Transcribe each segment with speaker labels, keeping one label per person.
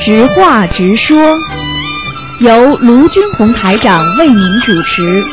Speaker 1: 直话直说，由卢军红台长为您主持。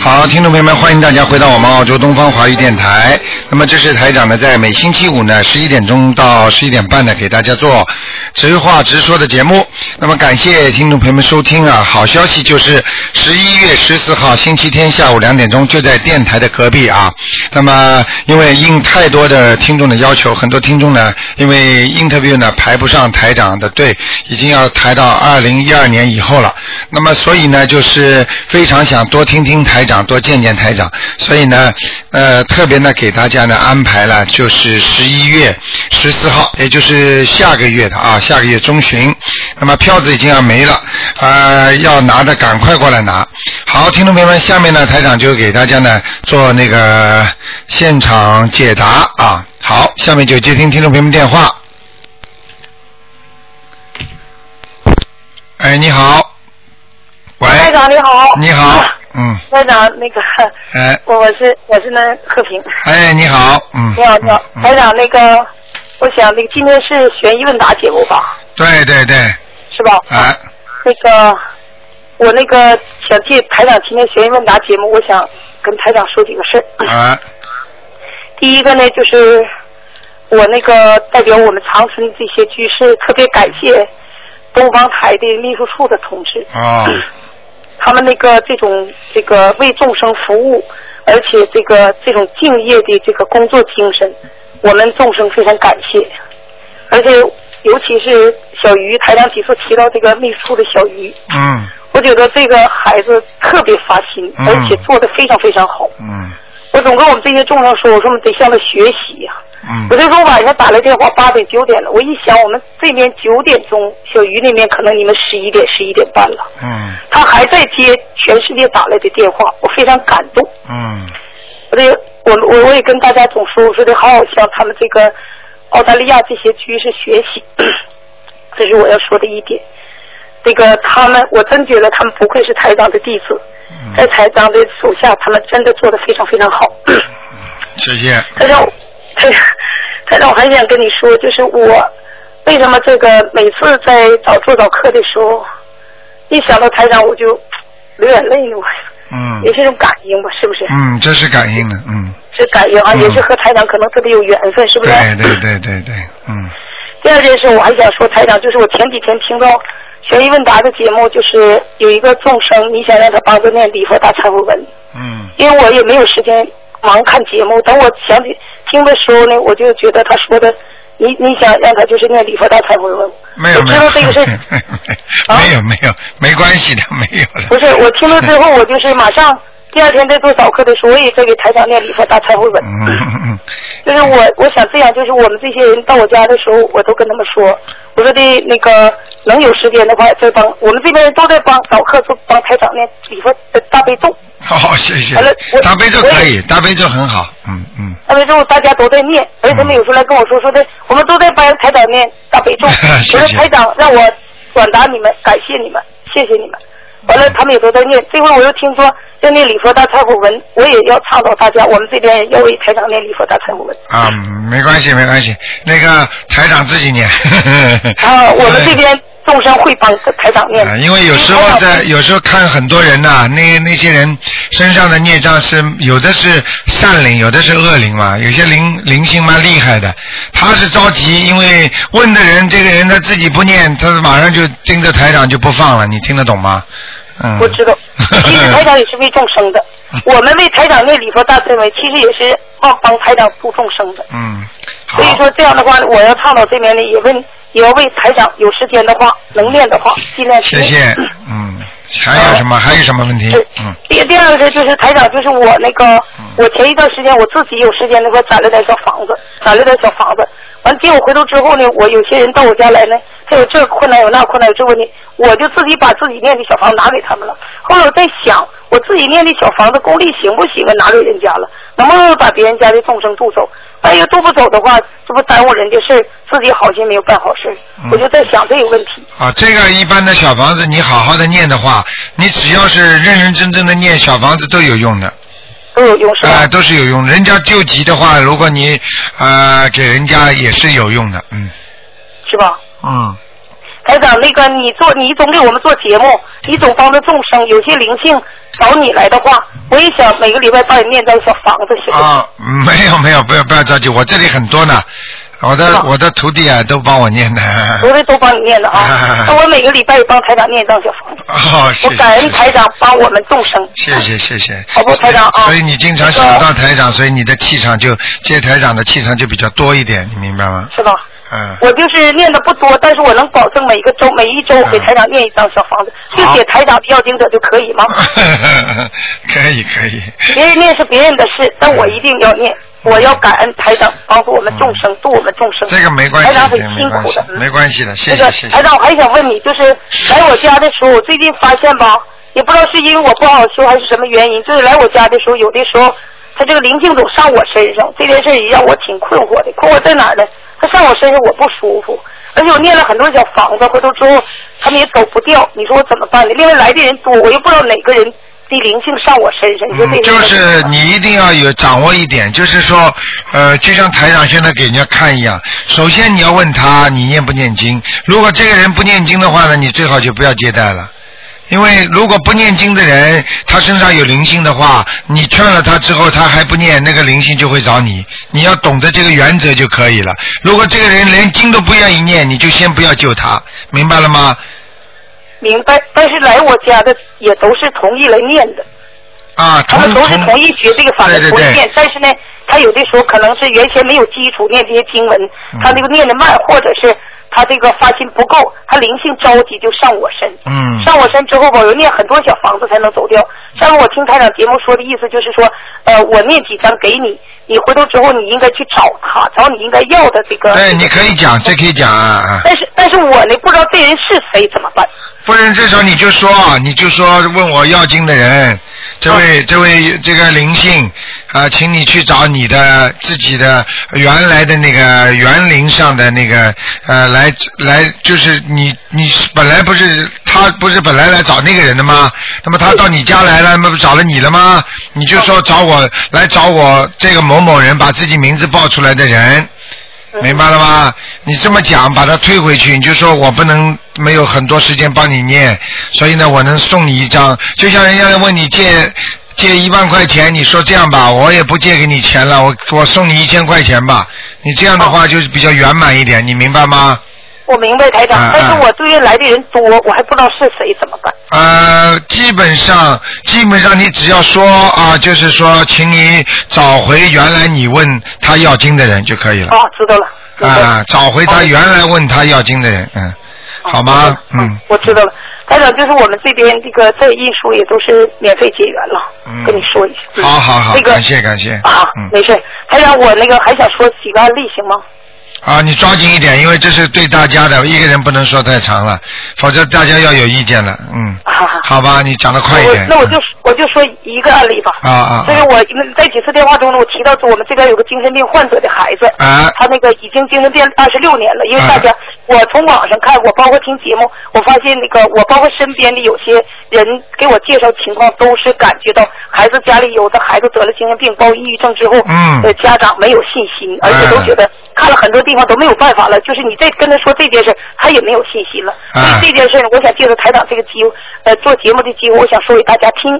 Speaker 2: 好，听众朋友们，欢迎大家回到我们澳洲东方华语电台。那么这是台长呢，在每星期五呢十一点钟到十一点半呢，给大家做直话直说的节目。那么感谢听众朋友们收听啊！好消息就是十一月十四号星期天下午两点钟就在电台的隔壁啊。那么因为应太多的听众的要求，很多听众呢因为 interview 呢排不上台长的队，已经要排到二零一二年以后了。那么所以呢，就是非常想多听听台长，多见见台长。所以呢，呃，特别呢给大家呢安排了，就是十一月十四号，也就是下个月的啊，下个月中旬。那么票子已经要没了，呃，要拿的赶快过来拿。好，听众朋友们，下面呢台长就给大家呢做那个现场解答啊。好，下面就接听听众朋友们电话。哎，你好，喂，
Speaker 3: 台长你好，
Speaker 2: 你好，嗯，
Speaker 3: 台长那个，
Speaker 2: 哎，
Speaker 3: 我我是我是那和平，
Speaker 2: 哎，你好，嗯，
Speaker 3: 你好你哎好，
Speaker 2: 嗯
Speaker 3: 台
Speaker 2: 嗯
Speaker 3: 长那个，我想那个今天是悬疑问答节目吧，
Speaker 2: 对对对，
Speaker 3: 是吧？
Speaker 2: 哎，
Speaker 3: 那个我那个想借台长今天悬疑问答节目，我想跟台长说几个事儿。
Speaker 2: 哎，
Speaker 3: 第一个呢，就是我那个代表我们长春这些居士，特别感谢东方台的秘书处的同志，
Speaker 2: 哦，
Speaker 3: 他们那个这种这个为众生服务，而且这个这种敬业的这个工作精神，我们众生非常感谢。而且尤其是小鱼，台长几次提到这个秘书处的小鱼，
Speaker 2: 嗯
Speaker 3: 我觉得这个孩子特别发心，
Speaker 2: 嗯
Speaker 3: 而且做的非常非常好。
Speaker 2: 嗯
Speaker 3: 我总跟我们这些众生说，我说我们得向他学习呀、
Speaker 2: 嗯
Speaker 3: 我，这时候晚上打来电话，八点九点了，我一想我们这边九点钟，小鱼那边可能你们十一点十一点半了。
Speaker 2: 嗯
Speaker 3: 他还在接全世界打来的电话，我非常感动。
Speaker 2: 嗯，
Speaker 3: 我得我我我也跟大家总说，我说得好好向他们这个澳大利亚这些居士学习， 这是我要说的一点。这个他们，我真觉得他们不愧是台长的弟子，
Speaker 2: 嗯
Speaker 3: 在台长的手下，他们真的做的非常非常好。
Speaker 2: 谢谢，
Speaker 3: 台长，台台长，我还想跟你说，就是我为什么这个每次在早做早课的时候，一想到台长我就流眼泪，我
Speaker 2: 嗯
Speaker 3: 也是一种感应吧，是不是？
Speaker 2: 嗯，这是感应的，嗯，
Speaker 3: 是感应啊，
Speaker 2: 嗯
Speaker 3: 也是和台长可能特别有缘分，是不是？
Speaker 2: 对对对对对，嗯
Speaker 3: 第二件事，我还想说，台长，就是我前几天听到悬疑问答的节目，就是有一个众生，你想让他帮着念礼佛大忏悔文，
Speaker 2: 嗯
Speaker 3: 因为我也没有时间忙看节目，等我想起听的时候呢，我就觉得他说的，你你想让他就是念礼佛大忏悔文，
Speaker 2: 没有
Speaker 3: 我
Speaker 2: 没
Speaker 3: 知
Speaker 2: 有
Speaker 3: 道这个事儿，
Speaker 2: 没有没有没关系的，没有
Speaker 3: 不
Speaker 2: 的，
Speaker 3: 是我听了之后，我就是马上第二天在做早课的时候，我也在给台长念礼佛大忏悔文，
Speaker 2: 嗯嗯
Speaker 3: 就是我，我想这样，就是我们这些人到我家的时候，我都跟他们说，我说的那个能有时间的话，再帮我们这边人都在帮早课都帮台长念礼佛呃大悲咒，
Speaker 2: 好谢谢，大悲咒可以，大悲咒很好，嗯嗯，
Speaker 3: 大悲咒大家都在念，而且他们有时候来跟我说说的，我们都在帮台长念大悲 咒，
Speaker 2: 谢谢
Speaker 3: 我说台长让我转达你们，感谢你们，谢谢你们。完了，他们也都在念。这回我又听说要念礼佛大忏悔文，我也要倡导大家，我们这边人要为台长念礼佛大忏悔文。
Speaker 2: 啊没关系没关系，那个台长自己念，
Speaker 3: 啊，我们这边众生会帮台长念
Speaker 2: 啊，。因为有时候
Speaker 3: 嗯
Speaker 2: 在有时候看很多人呐、那那些人身上的孽障是有的是善灵，有的是恶灵嘛，有些灵灵性蛮厉害的。他是着急，因为问的人这个人他自己不念，他马上就盯着台长就不放了，你听得懂吗？嗯，，
Speaker 3: 我知道 其实台长也是为众生的。我们为台长念礼佛大忏悔，其实也是帮帮台长度众生的。
Speaker 2: 嗯，好
Speaker 3: 所以，说这样的话，我要倡导这边呢，也问也要为台长有时间的话，能练的话，尽量去
Speaker 2: 谢
Speaker 3: 练。
Speaker 2: 谢，嗯，还有什么？还有什么问
Speaker 3: 哎
Speaker 2: 题？嗯
Speaker 3: 第第二个就是台长，就是我那个，我前一段时间我自己有时间的话攒了点小房子，攒了点小房子，完结果回头之后呢，我有些人到我家来呢，他有这个困难，有那困难，有这个问题，我就自己把自己念的小房子拿给他们了。后来我在想，我自己念的小房子功力行不行啊？拿给人家了，能不能把别人家的众生渡走？万一渡不走的话，这不耽误人家事儿，自己好心没有办好事儿
Speaker 2: 嗯
Speaker 3: 我就在想这个问题。
Speaker 2: 啊，这个一般的小房子，你好好的念的话，你只要是认认真真的念小房子都有用的。
Speaker 3: 都有用是吧？
Speaker 2: 啊、都是有用。人家救急的话，如果你呃给人家也是有用的，嗯
Speaker 3: 是吧？
Speaker 2: 嗯，
Speaker 3: 台长，那个你做你总给我们做节目，你总帮助众生，有些灵性找你来的话，我也想每个礼拜帮你念张小房子，行吗？
Speaker 2: 啊，没有没有，不要不要着急，我这里很多呢，我的我的徒弟啊都帮我念的。
Speaker 3: 我的都帮你念的啊
Speaker 2: 啊，
Speaker 3: 那我每个礼拜也帮台长念一张小房子，
Speaker 2: 哦，谢
Speaker 3: 我
Speaker 2: 谢
Speaker 3: 感恩台长帮我们众生。
Speaker 2: 谢谢谢谢，
Speaker 3: 好不台长啊
Speaker 2: 所以你经常想到台长，所以你的气场就接台长的气场就比较多一点，你明白吗？
Speaker 3: 是吧？
Speaker 2: 嗯，
Speaker 3: 我就是念的不多，但是我能保证每一个周每一周给台长念一张小房子，就
Speaker 2: 啊好
Speaker 3: 写台长的要经者就 可以吗？
Speaker 2: 可以可以，
Speaker 3: 别人念是别人的事，但我一定要念，我要感恩台长帮助我们众生，度我们众生。
Speaker 2: 这个没关
Speaker 3: 台长
Speaker 2: 系，这
Speaker 3: 很
Speaker 2: 个没
Speaker 3: 辛
Speaker 2: 关
Speaker 3: 苦
Speaker 2: 系
Speaker 3: 的，，嗯
Speaker 2: 没关系的，谢
Speaker 3: 那个
Speaker 2: 谢谢
Speaker 3: 台
Speaker 2: 谢。
Speaker 3: 长，我还想问你，就是来我家的时候，我最近发现吧，也不知道是因为我不好修还是什么原因，就是来我家的时候，有的时候他这个灵性总上我身上，这件事也让我挺困惑的。困惑在哪儿呢？他上我身上我不舒服，而且我念了很多小房子，回头之后他们也走不掉，你说我怎么办呢？另外来的人多，我又不知道哪个人的灵性上我身上，你说这
Speaker 2: 嗯，
Speaker 3: 个
Speaker 2: 就
Speaker 3: 人怎么
Speaker 2: 是
Speaker 3: 办
Speaker 2: 你一定要有掌握一点，就是说，呃，就像台长现在给人家看一样，首先你要问他你念不念经，如果这个人不念经的话呢，你最好就不要接待了。因为如果不念经的人，他身上有灵性的话，你劝了他之后，他还不念，那个灵性就会找你。你要懂得这个原则就可以了。如果这个人连经都不愿意念，你就先不要救他，明白了吗？
Speaker 3: 明白，但是来我家的也都是同意来念的。
Speaker 2: 啊，
Speaker 3: 他
Speaker 2: 同
Speaker 3: 们都是同意学这个法门
Speaker 2: 对对
Speaker 3: 不
Speaker 2: 对
Speaker 3: 念，但是呢，他有的时候可能是原先没有基础念这些经文，
Speaker 2: 嗯
Speaker 3: 他那个念的慢，或者是他这个发心不够，他灵性着急就上我身。
Speaker 2: 嗯
Speaker 3: 上我身之后吧，我又念很多小房子才能走掉。上回我听台长节目说的意思就是说，呃，我念几张给你，你回头之后你应该去找他，找你应该要的这个。
Speaker 2: 对，你可以讲，这可以讲啊啊。
Speaker 3: 但是但是我呢，不知道这人是谁，怎么办？
Speaker 2: 不然这时候你就说，你就说问我要经的人，这位、这位这个灵性啊、请你去找你的自己的原来的那个园林上的那个呃，来来就是你你本来不是他不是本来来找那个人的吗？那么他到你家来了，那不找了你了吗？你就说找我来找我这个某某人，把自己名字报出来的人。明白了吗？你这么讲，把它推回去，你就说我不能没有很多时间帮你念，所以呢，我能送你一张。就像人家来问你借借一万块钱，你说这样吧，我也不借给你钱了，我我送你一千块钱吧。你这样的话就是比较圆满一点，你明白吗？
Speaker 3: 我明白台长，
Speaker 2: 嗯嗯
Speaker 3: 但是我对于来的人多，我还不知道是谁，怎么办？
Speaker 2: 呃，基本上，基本上你只要说啊，就是说，请你找回原来你问他要经的人就可以了。
Speaker 3: 啊，知道了。知道了
Speaker 2: 啊，找回他
Speaker 3: 好
Speaker 2: 原来问他要经的人，嗯，好吗？嗯，
Speaker 3: 啊我知道了。台长，就是我们这边这个在印书也都是免费结缘了，
Speaker 2: 嗯
Speaker 3: 跟你说一下。嗯
Speaker 2: 好好好，
Speaker 3: 那个
Speaker 2: 感谢感谢，
Speaker 3: 啊，
Speaker 2: 嗯，
Speaker 3: 没事。台长，我那个还想说几个案例行吗？
Speaker 2: 啊，你抓紧一点，因为这是对大家的，一个人不能说太长了，否则大家要有意见了，嗯，
Speaker 3: 啊，
Speaker 2: 好吧，你讲的快一
Speaker 3: 我
Speaker 2: 点，嗯
Speaker 3: 那我就我就说一个案例吧。
Speaker 2: 啊啊
Speaker 3: 就是我在几次电话中呢，我提到说我们这边有个精神病患者的孩子，
Speaker 2: 啊
Speaker 3: 他那个已经精神病二十六年了。因为大家，我从网上看，我包括听节目，我发现那个我包括身边的有些人给我介绍情况，都是感觉到孩子家里有的孩子得了精神病，包括抑郁症之后，
Speaker 2: 嗯
Speaker 3: 呃，家长没有信心，而且都觉得看了很多地方都没有办法了，就是你再跟他说这件事，他也没有信心了。所
Speaker 2: 啊
Speaker 3: 以这件事呢，我想借着台长这个机会，呃，做节目的机会，我想说给大家听，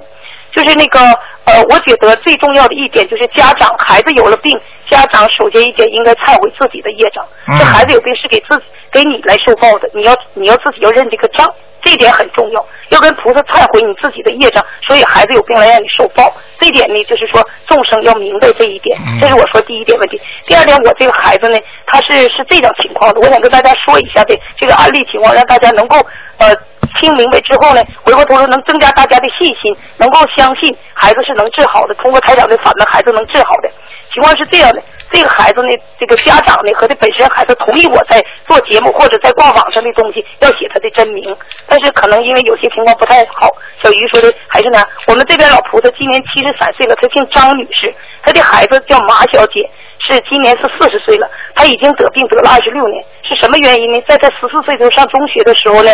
Speaker 3: 就是那个呃，我觉得最重要的一点就是家长孩子有了病，家长首先一点应该忏悔自己的业障，
Speaker 2: 嗯
Speaker 3: 这孩子有病是给自己给你来受报的，你要你要自己要认这个账。这一点很重要，要跟菩萨忏悔你自己的业障，所以孩子有病来让你受报。这一点呢，就是说众生要明白这一点
Speaker 2: 嗯，
Speaker 3: 这是我说第一点问题。第二点，我这个孩子呢，他是是这种情况的，我想跟大家说一下这这个案例情况，让大家能够呃听明白之后呢，回过头来能增加大家的信心，能够相信孩子是能治好的，通过台长的法门，孩子能治好的。情况是这样的，这个孩子呢，这个家长呢和他本身孩子同意我在做节目或者在挂网上的东西要写他的真名，但是可能因为有些情况不太好，小鱼说的还是呢，我们这边老菩萨今年七十三岁了，她姓张女士，她的孩子叫马小姐。是今年是四十岁了，他已经得病得了二十六年，是什么原因呢？在他十四岁的时候上中学的时候呢，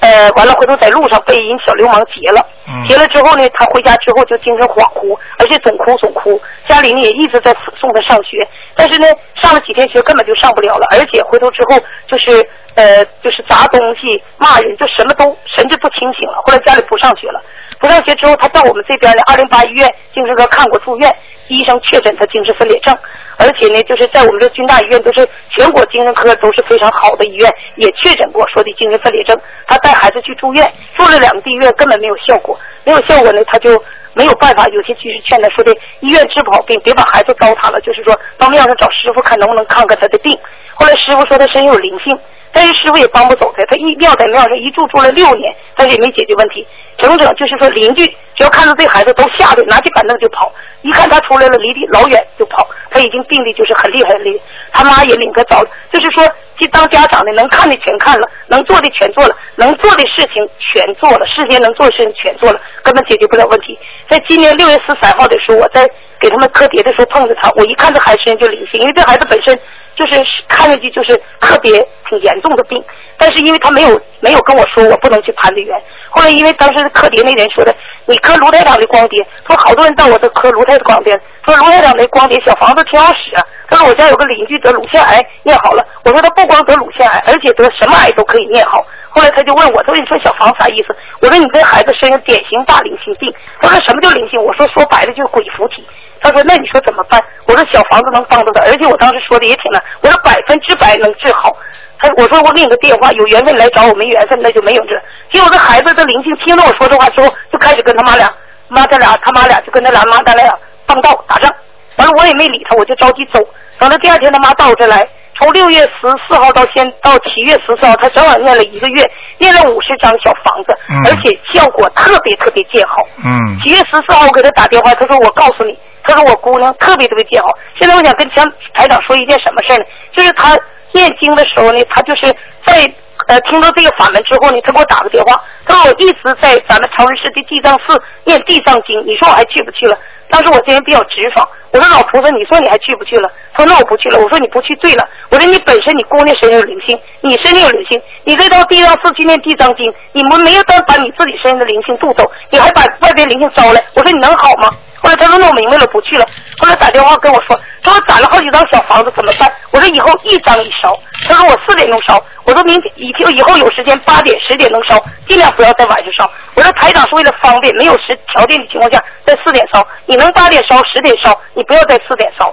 Speaker 3: 呃，完了回头在路上被人小流氓劫了，劫了之后呢，他回家之后就精神恍惚，而且总哭总哭，家里呢也一直在送他上学，但是呢，上了几天学根本就上不了了，而且回头之后就是呃就是砸东西、骂人，就什么都神志不清醒了。后来家里不上学了，不上学之后，他到我们这边的二零八医院精神科看过住院，医生确诊他精神分裂症，而且呢，就是在我们这军大医院都是全国精神科都是非常好的医院，也确诊过说的精神分裂症。他带孩子去住院，住了两个地月根本没有效果，没有效果呢，他就。没有办法，有些就是劝他说的，医院治不好病，别把孩子糟蹋了。就是说，当面让他找师傅看能不能看看他的病。后来师傅说他身上有灵性，但是师傅也帮不走他。他一庙在庙上一住住了六年，但是也没解决问题。整整就是说邻居只要看到这孩子都吓得拿起板凳就跑，一看他出来了，离得老远就跑。他已经病的就是很厉害，离他妈也领他找，就是说，这当家长的能看的全看了，能做的全做了，能做的事情全做了，事先能做的事情全做了，根本解决不了问题。在今年六月十三号的时候，我在给他们科别的时候碰着他，我一看这孩子身上就灵性，因为这孩子本身就是看上去就是特别挺严重的病，但是因为他没有没有跟我说，我不能去盘的缘。后来因为当时科别那人说的，你磕卢台长的光碟，说好多人到我这磕卢台的光碟，说卢台长的光碟小房子挺好使啊。他说我家有个邻居得乳腺癌，念好了。我说他不光得乳腺癌，而且得什么癌都可以念好。后来他就问我，他说你说小房啥意思？我说你这孩子身上典型大灵性病。他说什么叫灵性？我说说白了就是鬼附体。他说那你说怎么办？我说小房子能帮到他，而且我当时说的也挺难，我说百分之百能治好。他我说我给你个电话，有缘分来找我，没缘分那就没有这。结果这孩子的灵性听了我说这话之后，就开始跟他妈俩妈他俩他妈俩就跟他俩妈他俩帮道打仗。完了我也没理他，我就着急走。等到第二天他妈到我这来，从六月十四号到现到七月十四号，他整整念了一个月，念了五十张小房子，
Speaker 2: 嗯
Speaker 3: 而且效果特别特别见好。
Speaker 2: 嗯
Speaker 3: 七月十四号我给他打电话，他说我告诉你，他说我姑娘特别特别见好。现在我想跟强台长说一件什么事儿呢？就是他念经的时候呢，他就是在呃听到这个法门之后呢，他给我打个电话，他说我一直在咱们长春市的地藏寺念地藏经，你说我还去不去了？当时我这人比较直爽，我说老菩萨，你说你还去不去了？他说那我不去了。我说你不去对了，我说你本身你姑娘身上有灵性，你身上有灵性，你这到地藏寺去念地藏经，你们没有单把你自己身上的灵性渡走，你还把外边灵性招来，我说你能好吗？后来他说那我明白了，不去了。后来打电话跟我说，他说攒了好几张小房子怎么办？我说以后一张一烧。他说我四点钟烧，我说明天以后以后有时间八点十点能烧，尽量不要在晚上烧。我说台长是为了方便，没有时条件的情况下，在四点烧，你能八点烧十点烧，你不要在四点烧。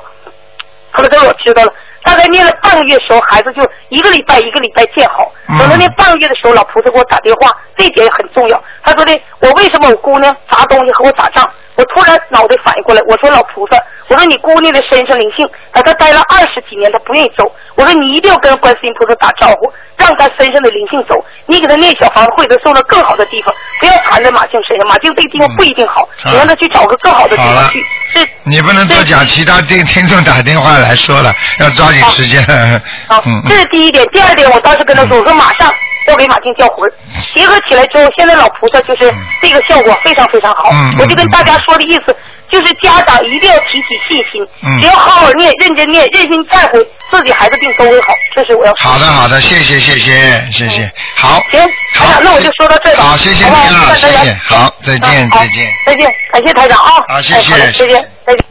Speaker 3: 后来他说我知道了，大概念了半个月的时候，孩子就一个礼拜一个礼拜见好。
Speaker 2: 嗯
Speaker 3: 等到那半个月的时候，老菩萨给我打电话，这点很重要。他说的，我为什么我姑娘砸东西和我打仗？我突然脑袋反应过来，我说老菩萨，我说你姑娘的身上灵性，她她待了二十几年，她不愿意走。我说你一定要跟观世音菩萨打招呼，让她身上的灵性走。你给她念小房子，或者送到更好的地方，不要缠在马静身上。马静这个地方不一定好，
Speaker 2: 嗯
Speaker 3: 你让她去找个更好的地
Speaker 2: 好了
Speaker 3: 方去。是
Speaker 2: 你不能多讲，其他听听众打电话来说了，要抓紧时间。
Speaker 3: 啊，
Speaker 2: 嗯
Speaker 3: 这是第一点。第二点，我当时跟他说，我说马上要给马静叫魂儿。
Speaker 2: 嗯
Speaker 3: 结合起来之后，现在老菩萨就是这个效果非常非常好。
Speaker 2: 嗯嗯
Speaker 3: 我就跟大家说的意思，就是家长一定要提起信心，
Speaker 2: 嗯
Speaker 3: 只要好好念、认真念、认真忏悔，自己孩子病都会好。这是我要说
Speaker 2: 好
Speaker 3: 的。
Speaker 2: 的，好的，谢谢，谢谢，谢谢，好，
Speaker 3: 行，台
Speaker 2: 好
Speaker 3: 长，，那我就说到这儿吧。
Speaker 2: 好，谢谢你
Speaker 3: 好不
Speaker 2: 啊，
Speaker 3: 好
Speaker 2: 谢
Speaker 3: 谢谢大
Speaker 2: 谢
Speaker 3: 家，
Speaker 2: 好，再见，
Speaker 3: 嗯好
Speaker 2: 再见。
Speaker 3: 再见，感谢台长啊。
Speaker 2: 好谢
Speaker 3: 哎
Speaker 2: 谢
Speaker 3: 好的再
Speaker 2: 谢谢
Speaker 3: 见，再见。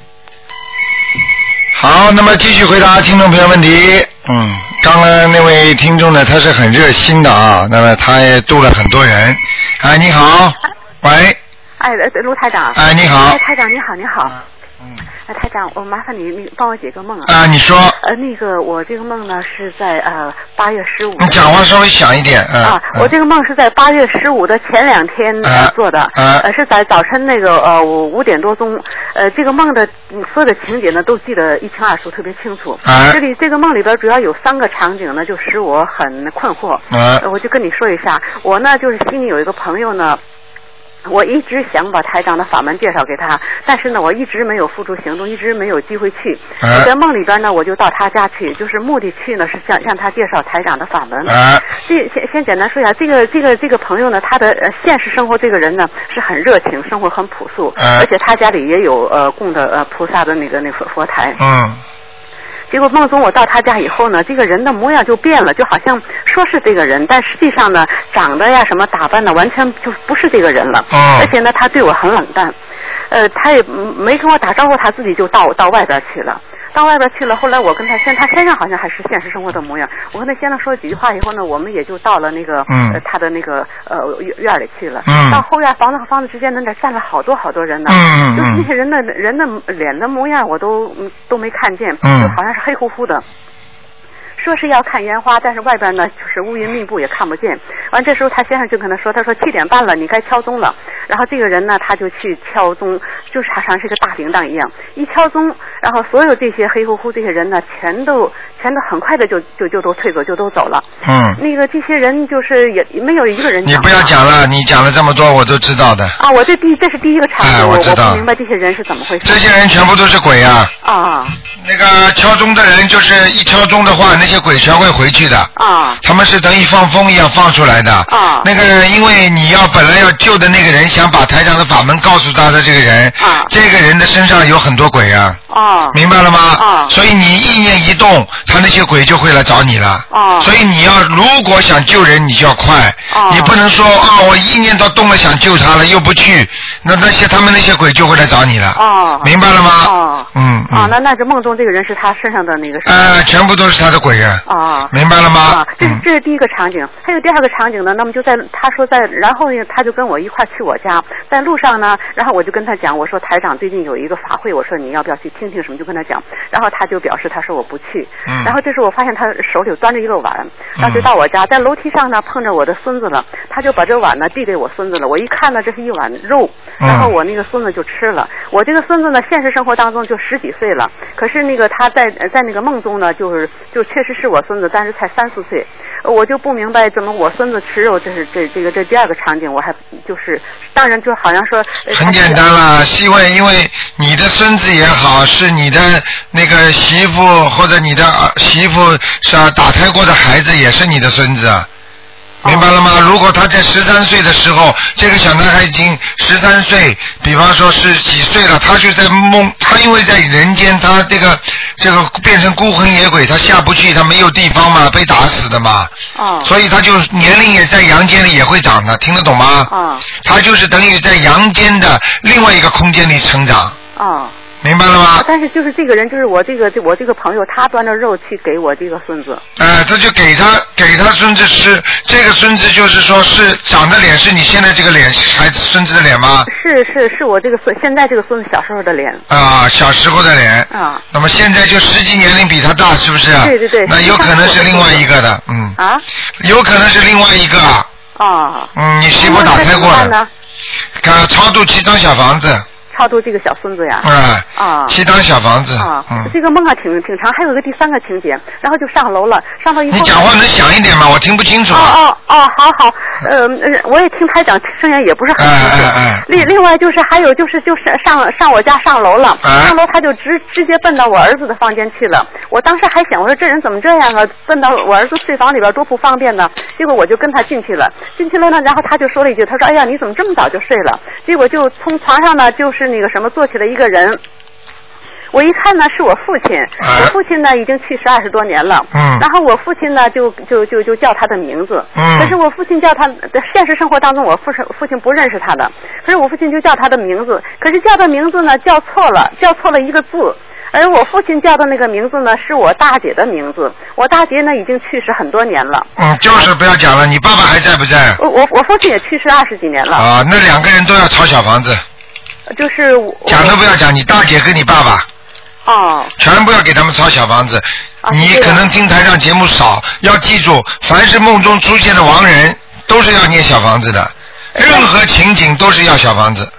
Speaker 2: 好，那么继续回答听众朋友问题。嗯，刚刚那位听众呢，他是很热心的啊，那么他也度了很多人。哎，你好，喂，
Speaker 4: 哎，呃卢台长。
Speaker 2: 哎，你好
Speaker 4: 哎，，台长你好，你好。
Speaker 2: 嗯，
Speaker 4: 哎，台长，我麻烦你，你帮我解个梦啊。
Speaker 2: 啊，你说，
Speaker 4: 呃，那个我这个梦呢是在呃八月十五。
Speaker 2: 你讲话稍微响一点，嗯，
Speaker 4: 啊，我这个梦是在八月十五的前两天
Speaker 2: 啊
Speaker 4: 呃做的，
Speaker 2: 啊
Speaker 4: 呃是在早晨那个呃我五点多钟，呃这个梦的嗯所有的情节呢都记得一清二楚，特别清楚。
Speaker 2: 啊
Speaker 4: 这里这个梦里边主要有三个场景呢，就使我很困惑。
Speaker 2: 啊
Speaker 4: 呃我就跟你说一下，我呢就是心里有一个朋友呢。我一直想把台长的法门介绍给他，但是呢，我一直没有付诸行动，一直没有机会去。
Speaker 2: 啊
Speaker 4: 我在梦里边呢，我就到他家去，就是目的去呢是想让他介绍台长的法门。
Speaker 2: 啊，
Speaker 4: 这先先简单说一下，这个这个这个朋友呢，他的呃现实生活这个人呢是很热情，生活很朴素，
Speaker 2: 嗯
Speaker 4: 而且他家里也有呃供的呃菩萨的那个那个佛佛台。
Speaker 2: 嗯，
Speaker 4: 结果梦中我到他家以后呢，这个人的模样就变了，就好像说是这个人，但实际上呢，长得呀什么打扮的完全就不是这个人了。
Speaker 2: 哦
Speaker 4: 而且呢，他对我很冷淡，呃，他也没跟我打招呼，他自己就到到外边去了。到外边去了，后来我跟他先，他先生好像还是现实生活的模样。我跟他先生说了几句话以后呢，我们也就到了那个、
Speaker 2: 嗯
Speaker 4: 呃、他的那个呃院院里去了。
Speaker 2: 嗯
Speaker 4: 到后院房子和房子之间，那那站了好多好多人呢。
Speaker 2: 嗯嗯
Speaker 4: 就是那
Speaker 2: 嗯
Speaker 4: 些人的人的脸的模样我都嗯都没看见，
Speaker 2: 嗯
Speaker 4: 就好像是黑乎乎的。说是要看烟花，但是外边呢就是乌云密布，也看不见。完这时候他先生就跟他说，他说七点半了，你该敲钟了。然后这个人呢，他就去敲钟，就是好像是个大铃铛一样，一敲钟，然后所有这些黑乎乎这些人呢，全都全都很快的就就就都退走，就都走了。
Speaker 2: 嗯，
Speaker 4: 那个这些人就是也没有一个人
Speaker 2: 你不要
Speaker 4: 话
Speaker 2: 讲了，你讲了这么多，我都知道的。
Speaker 4: 啊！我这第这是第一个场景，
Speaker 2: 哎
Speaker 4: 我
Speaker 2: 我知道
Speaker 4: 不明白这些人是怎么回事。
Speaker 2: 这些人全部都是鬼啊！
Speaker 4: 啊
Speaker 2: 那个敲钟的人，就是一敲钟的话，那些鬼全会回去的。
Speaker 4: 啊
Speaker 2: 他们是等于放风一样放出来的。
Speaker 4: 啊
Speaker 2: 那个人，因为你要本来要救的那个人，想把台上的法门告诉他的这个人，
Speaker 4: 啊
Speaker 2: 这个人的身上有很多鬼啊，
Speaker 4: 啊
Speaker 2: 明白了吗？
Speaker 4: 啊
Speaker 2: 所以你意念一动，他那些鬼就会来找你了。
Speaker 4: 啊
Speaker 2: 所以你要如果想救人，你就要快。
Speaker 4: 啊
Speaker 2: 你不能说啊、我意念到动了想救他了又不去，那那些他们那些鬼就会来找你了。
Speaker 4: 啊
Speaker 2: 嗯明白了吗？
Speaker 4: 啊
Speaker 2: 嗯嗯。
Speaker 4: 啊，那那这梦中这个人是他身上的那个是
Speaker 2: 呃，全部都是他的鬼啊。
Speaker 4: 啊
Speaker 2: 明白了吗？
Speaker 4: 啊，这是
Speaker 2: 嗯
Speaker 4: 这是第一个场景，还有第二个场景呢。那么就在他说在，然后呢，他就跟我一块儿去我家，在路上呢，然后我就跟他讲，我说台长最近有一个法会，我说你要不要去听听什么，就跟他讲，然后他就表示他说我不去，
Speaker 2: 嗯
Speaker 4: 然后这时候我发现他手里端着一个碗，然后就到我家，在楼梯上呢碰着我的孙子了，他就把这碗呢递给我孙子了，我一看呢这是一碗肉，
Speaker 2: 嗯
Speaker 4: 然后我那个孙子就吃了，我这个孙子呢现实生活当中就十几岁了，可是那个他在在那个梦中呢就是就确实是我孙子，但是才三四岁。我就不明白怎么我孙子吃肉，这是这这个这第二个场景，我还就是，当然就好像说，呃
Speaker 2: 很简，单啦，因为因为你的孙子也好，是你的那个媳妇或者你的儿媳妇是啊打胎过的孩子，也是你的孙子
Speaker 4: 哦
Speaker 2: 啊。明白了吗？如果他在十三岁的时候，这个小男孩已经十三岁，比方说是几岁了，他就在梦，他因为在人间，他这个这个变成孤魂野鬼，他下不去，他没有地方嘛，被打死的嘛，
Speaker 4: 啊
Speaker 2: 所以他就年龄也在阳间里也会长的，听得懂吗？
Speaker 4: 啊
Speaker 2: 他就是等于在阳间的另外一个空间里成长，
Speaker 4: 啊。
Speaker 2: 明白了吗？
Speaker 4: 但是就是这个人，就是我这个我这个朋友，他端着肉去给我这个孙子。
Speaker 2: 呃，这就给他给他孙子吃，这个孙子就是说是长的脸是你现在这个脸孩子孙子的脸吗？
Speaker 4: 是是是我这个孙，现在这个孙子小时候的脸
Speaker 2: 啊、小时候的脸。
Speaker 4: 啊
Speaker 2: 那么现在就实际年龄比他大，是不是？
Speaker 4: 对对对
Speaker 2: 那有可能是另外一个 的，嗯，
Speaker 4: 啊
Speaker 2: 有可能是另外一个，
Speaker 4: 啊！
Speaker 2: 嗯，你媳妇
Speaker 4: 那
Speaker 2: 打
Speaker 4: 该
Speaker 2: 胎
Speaker 4: 怎么
Speaker 2: 过
Speaker 4: 办
Speaker 2: 了，
Speaker 4: 呢？
Speaker 2: 呃，超度七张小房子，
Speaker 4: 超度这个小孙子呀。
Speaker 2: 啊、
Speaker 4: 啊
Speaker 2: 七张小房子，
Speaker 4: 啊，
Speaker 2: 嗯，
Speaker 4: 这个梦啊挺挺长，还有一个第三个情节，然后就上楼了，上到一后
Speaker 2: 你讲话能响一点吗？我听不清楚。
Speaker 4: 哦哦哦，好好，呃，
Speaker 2: 嗯
Speaker 4: 呃我也听台长声音也不是很清楚。
Speaker 2: 哎哎哎
Speaker 4: 另另外就是还有就是就是上上我家上楼了，
Speaker 2: 哎
Speaker 4: 上楼他就直直接奔到我儿子的房间去了。我当时还想，我说这人怎么这样啊？奔到我儿子睡房里边多不方便呢。结果我就跟他进去了，进去了呢，然后他就说了一句，他说：“哎呀，你怎么这么早就睡了？”结果就从床上呢，就是那个什么坐起来一个人。我一看呢，是我父亲。
Speaker 2: 哎
Speaker 4: 我父亲呢，已经去世二十多年了。
Speaker 2: 嗯
Speaker 4: 然后我父亲呢，就就就就叫他的名字。
Speaker 2: 嗯
Speaker 4: 可是我父亲叫他，现实生活当中我父亲父亲不认识他的，可是我父亲就叫他的名字，可是叫的名字呢叫错了，叫错了一个字。而我父亲叫的那个名字呢，是我大姐的名字。我大姐呢已经去世很多年了，
Speaker 2: 嗯，就是不要讲了。你爸爸还在不在？
Speaker 4: 我我我父亲也去世二十几年了，
Speaker 2: 啊，那两个人都要抄小房子，
Speaker 4: 就是我
Speaker 2: 讲都不要讲。你大姐跟你爸爸
Speaker 4: 哦
Speaker 2: 全部要给他们抄小房子。
Speaker 4: 啊
Speaker 2: 你
Speaker 4: 是这
Speaker 2: 可
Speaker 4: 样
Speaker 2: 能听台上节目少，要记住，凡是梦中出现的亡人，都是要念小房子的。
Speaker 4: 哎
Speaker 2: 任何情景都是要小房子，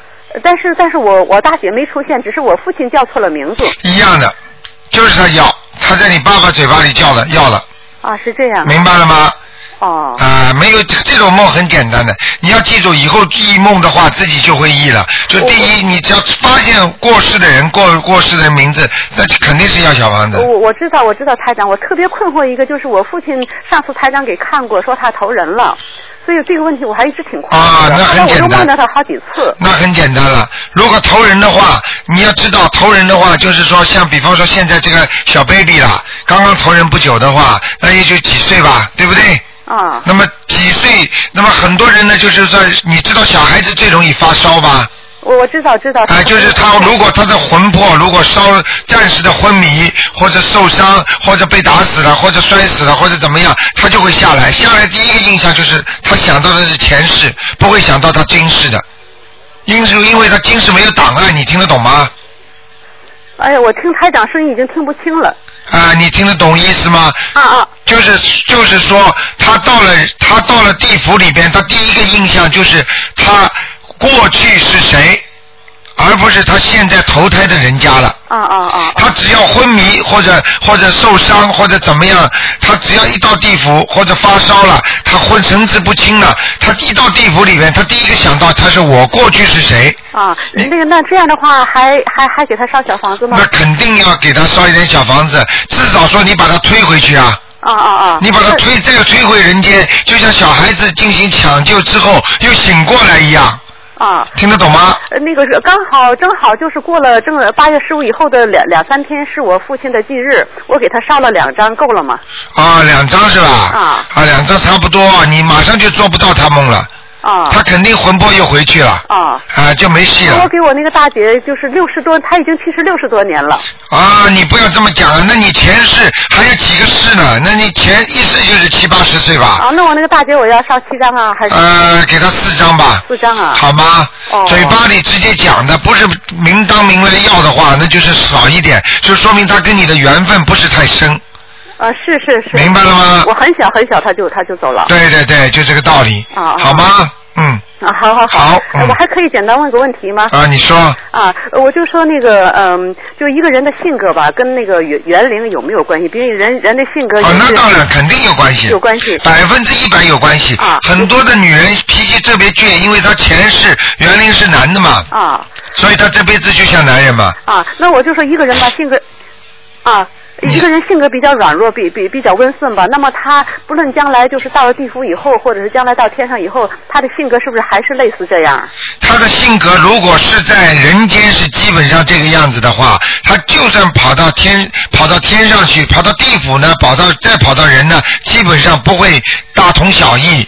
Speaker 4: 但是但是我我大姐没出现，只是我父亲叫错了名字
Speaker 2: 一样的，就是他要，他在你爸爸嘴巴里叫了，要了，
Speaker 4: 啊，是这样。
Speaker 2: 明白了吗？
Speaker 4: 哦，
Speaker 2: 啊、没有这这种梦很简单的，你要记住，以后忆梦的话，自己就会忆了。就第一，你只要发现过世的人过过世的人名字，那就肯定是要小房子。
Speaker 4: 我我知道，我知道台长，我特别困惑一个，就是我父亲上次台长给看过，说他投人了，所以这个问题我还一直挺困惑的。
Speaker 2: 啊那很
Speaker 4: 后来我
Speaker 2: 简
Speaker 4: 又
Speaker 2: 单
Speaker 4: 梦到他好几次。
Speaker 2: 那很简单了。如果投人的话，你要知道投人的话，就是说像比方说现在这个小 baby 啦，刚刚投人不久的话，那也就几岁吧，对不对？
Speaker 4: 啊
Speaker 2: 那么几岁？那么很多人呢，就是说，你知道小孩子最容易发烧吧？
Speaker 4: 我我知道知道。
Speaker 2: 啊、 就是他如果他的魂魄如果烧暂时的昏迷，或者受伤，或者被打死了，或者摔死了，或者怎么样，他就会下来。下来第一个印象就是他想到的是前世，不会想到他今世的。因是因为他今世没有档案，你听得懂吗？
Speaker 4: 哎呀，我听台长声音已经听不清了。
Speaker 2: 啊、你听得懂意思吗？
Speaker 4: 啊啊
Speaker 2: 就是就是说，他到了他到了地府里边，他第一个印象就是他过去是谁，而不是他现在投胎的人家了。
Speaker 4: 啊啊啊！
Speaker 2: 他只要昏迷或者或者受伤或者怎么样，他只要一到地府或者发烧了，他浑神志不清了，他一到地府里面，他第一个想到他是我过去是谁，
Speaker 4: 啊，那个那这样的话，还还还给他烧小房子吗
Speaker 2: 那？肯定要给他烧一点小房子，至少说你把他推回去啊。
Speaker 4: 啊啊啊！
Speaker 2: 你把他推这个推回人间，就像小孩子进行抢救之后又醒过来一样，
Speaker 4: 啊。
Speaker 2: 听得懂吗？
Speaker 4: 呃，那个是刚好正好就是过了正八月十五以后的两两三天是我父亲的忌日，我给他烧了两张，够了吗？
Speaker 2: 啊，两张是吧？
Speaker 4: 啊
Speaker 2: 啊，两张差不多，你马上就做不到他梦了，
Speaker 4: 啊
Speaker 2: 他肯定魂魄又回去了，
Speaker 4: 啊！
Speaker 2: 啊，就没戏
Speaker 4: 我
Speaker 2: 了。
Speaker 4: 给我那个大姐就是六十多，她已经去世六十多年了。
Speaker 2: 啊，你不要这么讲啊，那你前世还有几个世呢？那你前一世就是七八十岁吧？
Speaker 4: 啊，那我那个大姐我要烧七张啊，还是
Speaker 2: 呃，给他四张吧。
Speaker 4: 四张啊？
Speaker 2: 好吗？
Speaker 4: 哦
Speaker 2: 嘴巴里直接讲的，不是明当明来要的话，那就是少一点，就说明他跟你的缘分不是太深。
Speaker 4: 啊，是是是。
Speaker 2: 明白了吗
Speaker 4: 我很小很小，她就她就走了。
Speaker 2: 对对对，就这个道理，
Speaker 4: 哦哦
Speaker 2: 好吗？嗯，
Speaker 4: 啊，好好
Speaker 2: 好
Speaker 4: 哎
Speaker 2: 嗯
Speaker 4: 我还可以简单问个问题吗？
Speaker 2: 啊，你说
Speaker 4: 啊，呃我就说那个，嗯，就一个人的性格吧，跟那个园园龄有没有关系？比如人人的性格也
Speaker 2: 哦，那
Speaker 4: 是
Speaker 2: 当然肯定有关系，
Speaker 4: 有关系
Speaker 2: 百分之一百有关系。
Speaker 4: 啊
Speaker 2: 很多的女人脾气特别倔，因为她前世原来是男的嘛，
Speaker 4: 啊
Speaker 2: 所以她这辈子就像男人嘛。
Speaker 4: 啊，那我就说一个人吧，性格啊。
Speaker 2: 你
Speaker 4: 一个人性格比较软弱，比比比较温顺吧。那么他不论将来就是到了地府以后，或者是将来到天上以后，他的性格是不是还是类似这样？
Speaker 2: 他的性格如果是在人间是基本上这个样子的话，他就算跑到天跑到天上去，跑到地府呢，跑到再跑到人呢，基本上不会大同小异。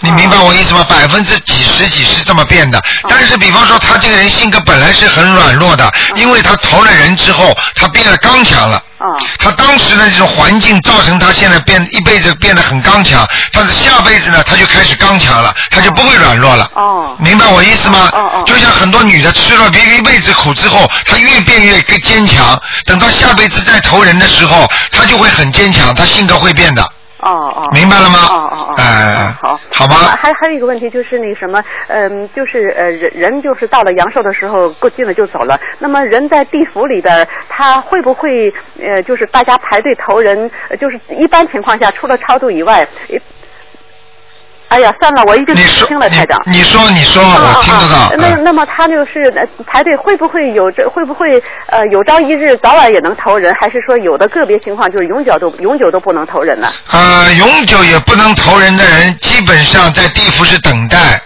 Speaker 2: 你明白我意思吗？百分之几十几十这么变的，但是比方说他这个人性格本来是很软弱的，因为他投了人之后，他变得刚强了。
Speaker 4: 啊
Speaker 2: 他当时的这种环境造成他现在变一辈子变得很刚强，但是下辈子呢，他就开始刚强了，他就不会软弱了。
Speaker 4: 哦
Speaker 2: 明白我意思吗？
Speaker 4: 哦哦
Speaker 2: 就像很多女的吃了别人一辈子苦之后，她越变越坚强，等到下辈子再投人的时候，她就会很坚强，她性格会变的，
Speaker 4: 哦哦。
Speaker 2: 明白了吗？
Speaker 4: 哦哦哦
Speaker 2: 哎
Speaker 4: 好，
Speaker 2: 好吗？
Speaker 4: 啊还还有一个问题就是那什么，嗯，就是呃，人人就是到了阳寿的时候，过进了就走了。那么人在地府里边，他会不会呃，就是大家排队投人，呃就是一般情况下，除了超度以外，一哎呀，算了，我已经
Speaker 2: 你说
Speaker 4: 听了台长。
Speaker 2: 你，你说，你说，
Speaker 4: 啊
Speaker 2: 我听得到
Speaker 4: 啊啊。那
Speaker 2: 嗯
Speaker 4: 那么他就是呃排队会不会有这会不会呃有朝一日早晚也能投人，还是说有的个别情况就是永久都永久都不能投人呢？
Speaker 2: 呃，永久也不能投人的人，基本上在地府是等待。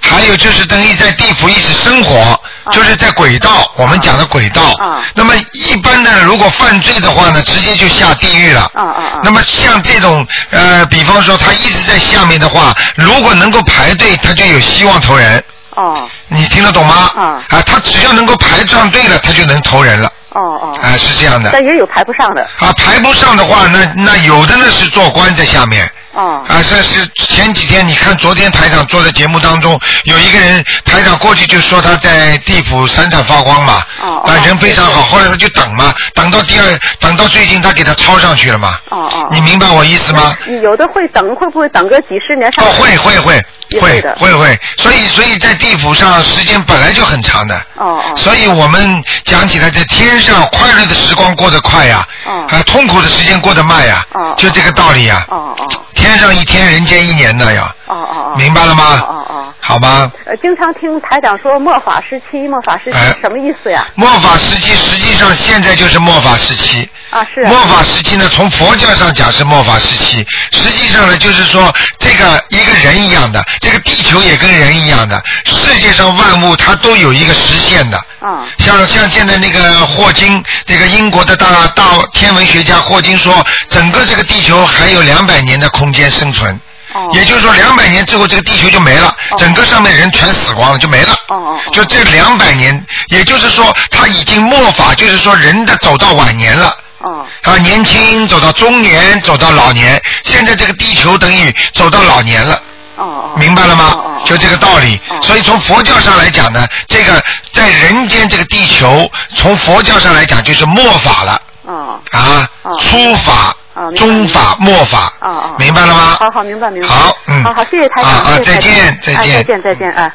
Speaker 2: 还有就是等于在地府一直生活，就是在轨道，我们讲的轨道。
Speaker 4: 啊
Speaker 2: 那么一般的，如果犯罪的话呢，直接就下地狱了。
Speaker 4: 啊啊啊！
Speaker 2: 那么像这种呃，比方说他一直在下面的话，如果能够排队，他就有希望投人。
Speaker 4: 哦
Speaker 2: 你听得懂吗？
Speaker 4: 啊
Speaker 2: 啊，他只要能够排上队了，他就能投人了。
Speaker 4: 哦哦。
Speaker 2: 啊，是这样的。
Speaker 4: 但也有排不上的。
Speaker 2: 啊，排不上的话，那那有的呢是做官在下面。
Speaker 4: 哦
Speaker 2: 啊，这是前几天你看，昨天台长做的节目当中，有一个人台长过去就说他在地府闪闪发光嘛，
Speaker 4: 哦
Speaker 2: 啊
Speaker 4: 哦
Speaker 2: 人非常好，后来他就等嘛，等到第二，等到最近他给他抄上去了嘛，
Speaker 4: 哦哦。
Speaker 2: 你明白我意思吗？
Speaker 4: 你有的会等，会不会等个几十年上
Speaker 2: 哦，？会会会
Speaker 4: 也
Speaker 2: 会
Speaker 4: 会的
Speaker 2: 会会，所以所以在地府上时间本来就很长的，
Speaker 4: 哦哦
Speaker 2: 所以我们讲起来在天上快乐的时光过得快呀，
Speaker 4: 哦
Speaker 2: 啊，痛苦的时间过得慢呀
Speaker 4: 哦，
Speaker 2: 就这个道理呀。
Speaker 4: 哦哦
Speaker 2: 天上一天，人间一年的呀，
Speaker 4: 哦哦哦，
Speaker 2: 明白了
Speaker 4: 哦
Speaker 2: 吗？
Speaker 4: 哦哦，
Speaker 2: 好吗？
Speaker 4: 呃，经常听台长说末法时期，末法时期
Speaker 2: 哎
Speaker 4: 什么意思呀？
Speaker 2: 末法时期实际上现在就是末法时期。
Speaker 4: 啊，是啊
Speaker 2: 末法时期呢，从佛教上讲是末法时期，实际上呢，就是说这个一个人一样的，这个地球也跟人一样的，世界上万物它都有一个时限的。
Speaker 4: 啊
Speaker 2: 像像现在那个霍金，这个英国的大大天文学家霍金说，整个这个地球还有两百年的空间生存，
Speaker 4: 哦
Speaker 2: 也就是说两百年之后这个地球就没了，
Speaker 4: 哦
Speaker 2: 整个上面人全死光了就没了。
Speaker 4: 哦哦哦
Speaker 2: 就这两百年，也就是说他已经末法，就是说人的走到晚年了。
Speaker 4: 哦
Speaker 2: 啊，年轻走到中年，走到老年，现在这个地球等于走到老年了。
Speaker 4: 哦哦，
Speaker 2: 明白了
Speaker 4: 哦哦
Speaker 2: 吗？
Speaker 4: 哦
Speaker 2: 就这个道理
Speaker 4: 哦。
Speaker 2: 所以从佛教上来讲呢，这个在人间这个地球，从佛教上来讲就是末法了
Speaker 4: 哦
Speaker 2: 啊
Speaker 4: 哦，
Speaker 2: 初法
Speaker 4: 哦、明白
Speaker 2: 中法、末法
Speaker 4: 哦哦，
Speaker 2: 明白了吗？
Speaker 4: 好好明白明白。
Speaker 2: 好，嗯，
Speaker 4: 好好，谢谢台
Speaker 2: 啊
Speaker 4: 长，
Speaker 2: 啊再
Speaker 4: 谢，谢台长
Speaker 2: 见，再
Speaker 4: 哎
Speaker 2: 见
Speaker 4: 再，见，再见，哎。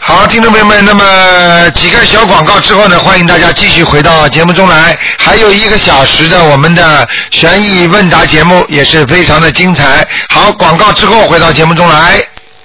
Speaker 2: 好，听众朋友们，那么几个小广告之后呢，欢迎大家继续回到节目中来，还有一个小时的我们的悬疑问答节目也是非常的精彩。好，广告之后回到节目中来。